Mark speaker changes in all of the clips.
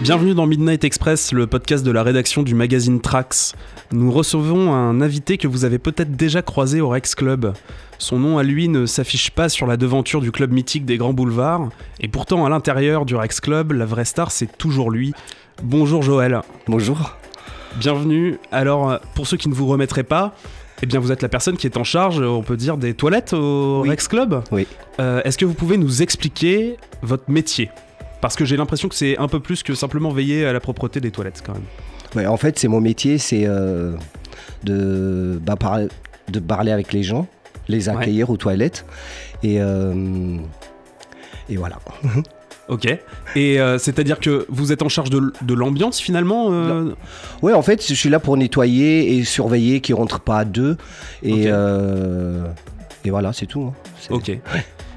Speaker 1: Bienvenue dans Midnight Express, le podcast de la rédaction du magazine Trax. Nous recevons un invité que vous avez peut-être déjà croisé au Rex Club. Son nom à lui ne s'affiche pas sur la devanture du club mythique des grands boulevards, et pourtant à l'intérieur du Rex Club, la vraie star c'est toujours lui. Bonjour Joël.
Speaker 2: Bonjour.
Speaker 1: Bienvenue. Alors euh, pour ceux qui ne vous remettraient pas, eh bien vous êtes la personne qui est en charge, euh, on peut dire, des toilettes au
Speaker 2: Oui.
Speaker 1: Rex Club.
Speaker 2: Oui.
Speaker 1: Euh, Est-ce que vous pouvez nous expliquer votre métier parce que j'ai l'impression que c'est un peu plus que simplement veiller à la propreté des toilettes quand même.
Speaker 2: Ouais, en fait, c'est mon métier, c'est euh, de, bah, par- de parler avec les gens, les accueillir aux toilettes. Et, euh, et voilà.
Speaker 1: Ok. Et euh, c'est-à-dire que vous êtes en charge de, l- de l'ambiance finalement euh,
Speaker 2: Ouais, en fait, je suis là pour nettoyer et surveiller qu'ils rentrent pas à deux. Et,
Speaker 1: Ok.
Speaker 2: euh, et voilà, c'est tout. hein. C'est-
Speaker 1: Ok.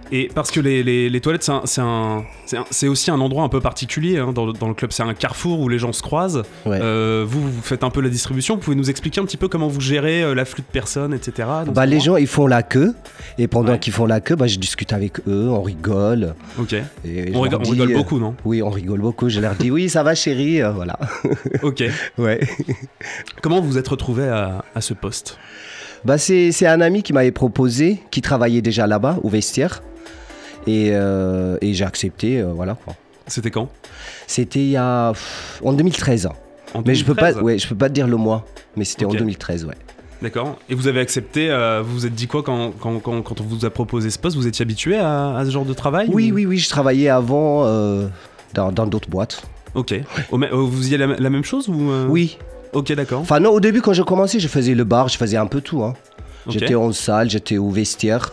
Speaker 1: Et parce que les, les- les toilettes, c'est un- c'est un- c'est un- c'est aussi un endroit un peu particulier hein, dans, le- dans le club. C'est un carrefour où les gens se croisent.
Speaker 2: Ouais.
Speaker 1: Euh, vous, vous faites un peu la distribution. Vous pouvez nous expliquer un petit peu comment vous gérez euh, l'afflux de personnes, etc. dans
Speaker 2: Bah,
Speaker 1: ce
Speaker 2: les
Speaker 1: endroit
Speaker 2: gens, ils font la queue. Et pendant
Speaker 1: Ouais.
Speaker 2: qu'ils font la queue, bah, je discute avec eux, on rigole.
Speaker 1: Ok.
Speaker 2: Et je leur
Speaker 1: On rigole, on
Speaker 2: dis,
Speaker 1: rigole
Speaker 2: euh,
Speaker 1: beaucoup, non
Speaker 2: Oui, on rigole beaucoup. Je leur dis, oui, ça va, chérie. euh, Voilà.
Speaker 1: Ok.
Speaker 2: Ouais.
Speaker 1: Comment vous vous êtes retrouvé à, à ce poste
Speaker 2: Bah c'est, c'est un ami qui m'avait proposé, qui travaillait déjà là-bas, au vestiaire. Et, euh, et j'ai accepté, euh, voilà quoi.
Speaker 1: C'était quand
Speaker 2: C'était il y a. pff, en 2013.
Speaker 1: En
Speaker 2: Mais je peux pas,
Speaker 1: 2013?
Speaker 2: ouais, je peux pas te dire le mois, mais c'était
Speaker 1: Ok.
Speaker 2: en 2013, ouais.
Speaker 1: D'accord. Et vous avez accepté, euh, vous vous êtes dit quoi quand, quand, quand, quand on vous a proposé ce poste Vous étiez habitué à, à ce genre de travail
Speaker 2: Ah Oui,
Speaker 1: ou-
Speaker 2: oui, oui, je travaillais avant euh, dans, dans d'autres boîtes.
Speaker 1: Ok. Au ma- vous faisiez la, la même chose ou euh,
Speaker 2: Oui.
Speaker 1: Ok, d'accord.
Speaker 2: Enfin, non, au début, quand j'ai commencé, je faisais le bar, je faisais un peu tout. Hein.
Speaker 1: Ok.
Speaker 2: J'étais en salle, j'étais au vestiaire.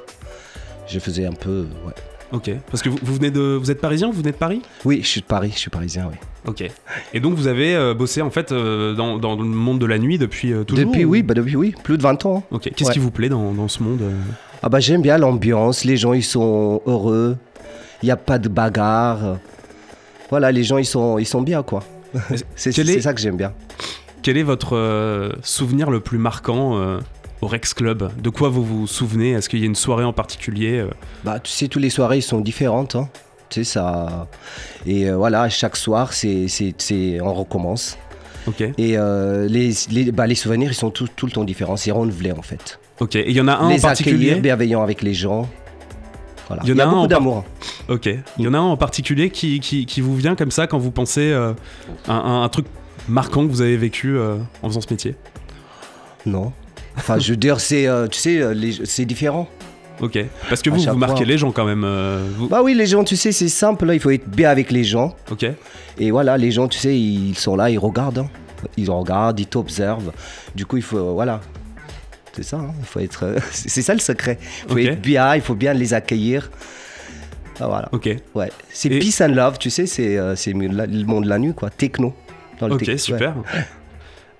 Speaker 2: Je faisais un peu. Ouais.
Speaker 1: Ok. Parce que vous, vous venez de, vous êtes parisien, vous venez de Paris
Speaker 2: Oui, je suis de Paris, je suis parisien, oui.
Speaker 1: Ok. Et donc vous avez euh, bossé en fait euh, dans, dans le monde de la nuit depuis euh, toujours
Speaker 2: Depuis,
Speaker 1: ou-
Speaker 2: oui, bah, depuis, oui, plus de 20 ans. hein.
Speaker 1: Ok. Qu'est-ce
Speaker 2: Ouais.
Speaker 1: qui vous plaît dans, dans ce monde euh
Speaker 2: Ah bah j'aime bien l'ambiance, les gens ils sont heureux, il n'y a pas de bagarre. Voilà, les gens ils sont, ils sont bien quoi. C'est
Speaker 1: Quel
Speaker 2: c'est
Speaker 1: est-
Speaker 2: ça que j'aime bien.
Speaker 1: Quel est votre euh, souvenir le plus marquant euh, au Rex Club De quoi vous vous souvenez Est-ce qu'il y a une soirée en particulier euh
Speaker 2: Bah tu sais, toutes les soirées ils sont différentes. Hein. Tu sais ça. Et euh, voilà, chaque soir c'est, c'est, c'est- on recommence.
Speaker 1: Ok.
Speaker 2: Et euh, les, les, bah, les souvenirs ils sont tout, tout le temps différents, c'est renouvelé en fait.
Speaker 1: Ok. Et il y en a un en
Speaker 2: les
Speaker 1: particulier.
Speaker 2: accueillir, bienveillant avec les gens. Voilà.
Speaker 1: Il y en
Speaker 2: Il y
Speaker 1: a
Speaker 2: a
Speaker 1: un en
Speaker 2: beaucoup
Speaker 1: par-
Speaker 2: d'amour. hein.
Speaker 1: Ok. Il y en a un en particulier qui, qui, qui vous vient comme ça quand vous pensez euh, à un, un truc marquant que vous avez vécu euh, en faisant ce métier.
Speaker 2: Non. Enfin, je veux dire, c'est, euh, tu sais, euh, les- c'est différent.
Speaker 1: Ok. Parce que
Speaker 2: À
Speaker 1: vous,
Speaker 2: chaque
Speaker 1: vous marquez
Speaker 2: fois.
Speaker 1: les gens quand même. euh, vous-
Speaker 2: Ah, hein. Bah oui, les gens, tu sais, c'est simple, hein, il faut être bien avec les gens.
Speaker 1: Ok.
Speaker 2: Et voilà, les gens, tu sais, ils sont là, ils regardent. hein. Ils regardent, ils t'observent. Du coup, il faut, euh, voilà. C'est ça, hein, il faut être. euh, c'est c'est ça le secret. Il faut
Speaker 1: Ok.
Speaker 2: être bien, il faut bien les accueillir. Ah, voilà.
Speaker 1: Ok.
Speaker 2: Ouais. C'est
Speaker 1: Et-
Speaker 2: peace and love, tu sais, c'est euh, c'est la- le monde de la nuit, quoi. Techno. Dans le
Speaker 1: Ok,
Speaker 2: techno, ouais.
Speaker 1: super.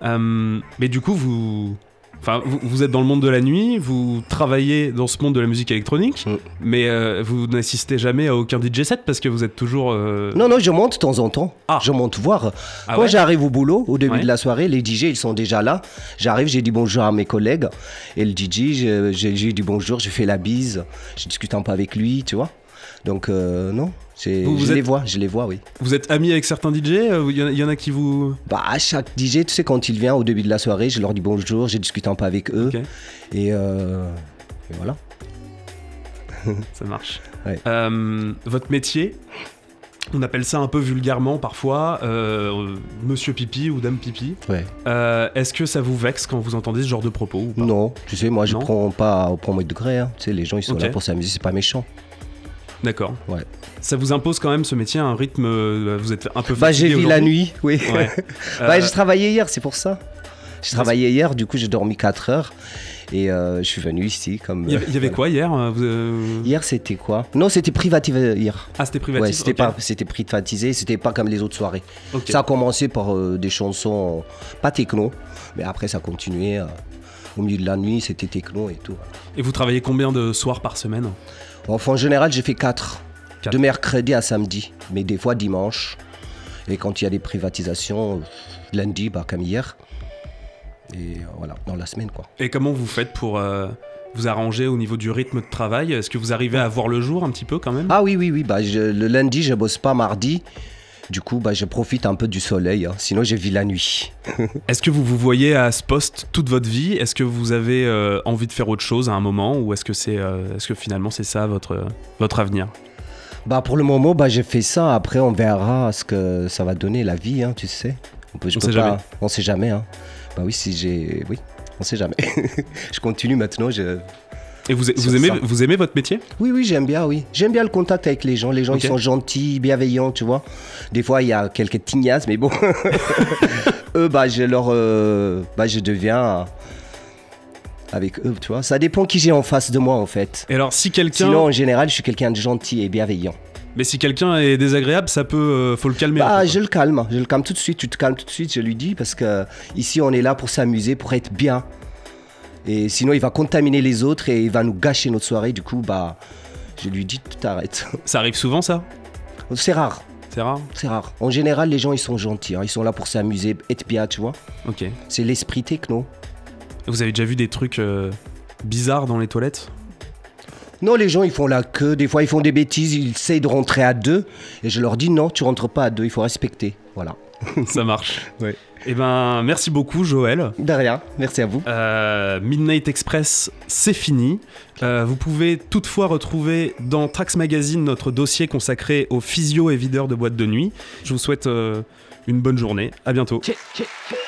Speaker 1: Euh, mais du coup, vous... Enfin, vous, vous êtes dans le monde de la nuit, vous travaillez dans ce monde de la musique électronique,
Speaker 2: Mm.
Speaker 1: mais euh, vous n'assistez jamais à aucun DJ set parce que vous êtes toujours... euh,
Speaker 2: Non, non, je monte de temps en temps.
Speaker 1: Ah.
Speaker 2: Je monte voir.
Speaker 1: Ah
Speaker 2: Quand
Speaker 1: ouais
Speaker 2: j'arrive au boulot, au début
Speaker 1: Ouais.
Speaker 2: de la soirée, les DJ, ils sont déjà là. J'arrive, j'ai dit bonjour à mes collègues. Et le DJ, je- j'ai j'ai dit bonjour, je fais la bise. Je discute un peu avec lui, tu vois. Donc, euh, non, c'est-
Speaker 1: Vous- vous
Speaker 2: je les
Speaker 1: êtes-
Speaker 2: vois, je les vois, oui.
Speaker 1: Vous êtes ami avec certains DJ euh, Il y, en a- il y en a qui vous...
Speaker 2: Bah, à chaque DJ, tu sais, quand il vient au début de la soirée, je leur dis bonjour, je discute un peu avec eux.
Speaker 1: Ok.
Speaker 2: Et, euh, et voilà.
Speaker 1: Ça marche.
Speaker 2: Ouais.
Speaker 1: Euh, votre métier, on appelle ça un peu vulgairement parfois, euh, Monsieur Pipi ou Dame Pipi.
Speaker 2: Ouais.
Speaker 1: Euh, Est-ce que ça vous vexe quand vous entendez ce genre de propos ou pas
Speaker 2: Non, tu sais, moi, je
Speaker 1: Non.
Speaker 2: prends pas au premier degré. hein. Tu sais, les gens, ils sont
Speaker 1: Ok.
Speaker 2: là pour s'amuser, c'est pas méchant.
Speaker 1: D'accord.
Speaker 2: Ouais.
Speaker 1: Ça vous impose quand même ce métier un rythme. euh, Vous êtes un peu.
Speaker 2: Bah, j'ai
Speaker 1: fatigué
Speaker 2: vu la
Speaker 1: aujourd'hui
Speaker 2: nuit, oui.
Speaker 1: Ouais. Euh,
Speaker 2: Bah, j'ai travaillé hier, c'est pour ça. J'ai travaillé hier, du coup, j'ai dormi 4 heures et euh, je suis venu ici. comme.
Speaker 1: Il y avait, il y avait quoi hier euh, vous, euh,
Speaker 2: Hier, c'était quoi Non, c'était privatisé hier.
Speaker 1: Ah, c'était privatif.
Speaker 2: Ouais, c'était
Speaker 1: ok.
Speaker 2: pas, c'était privatisé, c'était pas comme les autres soirées.
Speaker 1: Ok.
Speaker 2: Ça a commencé par euh, des chansons euh, pas techno, mais après ça a continué. euh, au milieu de la nuit, c'était techno et tout.
Speaker 1: Et vous travaillez combien de soirs par semaine
Speaker 2: Enfin, en général, j'ai fait 4.
Speaker 1: Quatre.
Speaker 2: De mercredi à samedi, mais des fois dimanche. Et quand il y a des privatisations, euh, lundi, bah, comme hier. Et euh, voilà, dans la semaine, quoi.
Speaker 1: Et comment vous faites pour euh, vous arranger au niveau du rythme de travail Est-ce que vous arrivez à voir le jour un petit peu quand même
Speaker 2: Ah oui, oui, oui. Bah, je- le lundi, je bosse pas mardi. Du coup, bah, je profite un peu du soleil. hein. Sinon, je vis la nuit.
Speaker 1: Est-ce que vous vous voyez à ce poste toute votre vie Est-ce que vous avez euh, envie de faire autre chose à un moment Ou est-ce que, c'est, euh, est-ce que finalement c'est ça votre, euh, votre avenir
Speaker 2: Bah, pour le moment, bah, j'ai fait ça. Après, on verra ce que ça va donner la vie, hein, tu sais. On peut, je
Speaker 1: On
Speaker 2: peux
Speaker 1: sait
Speaker 2: pas-
Speaker 1: jamais.
Speaker 2: On sait jamais. Hein. Bah oui, si j'ai. Oui, on sait jamais. je continue maintenant. Je...
Speaker 1: Et vous, vous,
Speaker 2: C'est
Speaker 1: aimez,
Speaker 2: ça.
Speaker 1: vous aimez votre métier
Speaker 2: Oui, oui, j'aime bien, oui. J'aime bien le contact avec les gens. Les gens,
Speaker 1: Ok.
Speaker 2: ils sont gentils, bienveillants, tu vois. Des fois, il y a quelques tignasses, mais bon. eux, bah, je leur. euh, bah, je deviens. euh, Avec eux, tu vois. Ça dépend qui j'ai en face de moi, en fait.
Speaker 1: Et alors si quelqu'un,
Speaker 2: Sinon, en général, je suis quelqu'un de gentil et bienveillant.
Speaker 1: mais si quelqu'un est désagréable, ça peut, euh, faut le calmer. un peu,
Speaker 2: Bah,
Speaker 1: quoi.
Speaker 2: je le calme, je le calme tout de suite, tu te calmes tout de suite, je lui dis, parce que ici on est là pour s'amuser, pour être bien. Et sinon, il va contaminer les autres et il va nous gâcher notre soirée, du coup, bah, je lui dis, t'arrêtes.
Speaker 1: Ça arrive souvent ça
Speaker 2: C'est rare,
Speaker 1: C'est rare.
Speaker 2: c'est rare. En général, les gens, ils sont gentils, hein, ils sont là pour s'amuser, être bien, tu vois.
Speaker 1: Ok.
Speaker 2: C'est l'esprit techno.
Speaker 1: Vous avez déjà vu des trucs euh, bizarres dans les toilettes
Speaker 2: Non, les gens, ils font la queue, des fois, ils font des bêtises, ils essayent de rentrer à deux, et je leur dis, non, tu rentres pas à deux, il faut respecter. Voilà.
Speaker 1: Ça marche.
Speaker 2: Ouais.
Speaker 1: Eh ben, merci beaucoup, Joël.
Speaker 2: De rien, merci à vous.
Speaker 1: Euh, Midnight Express, c'est fini. Euh, vous pouvez toutefois retrouver dans Trax Magazine notre dossier consacré aux physio et videurs de boîtes de nuit. Je vous souhaite euh, une bonne journée. À bientôt.
Speaker 3: Check, check, check.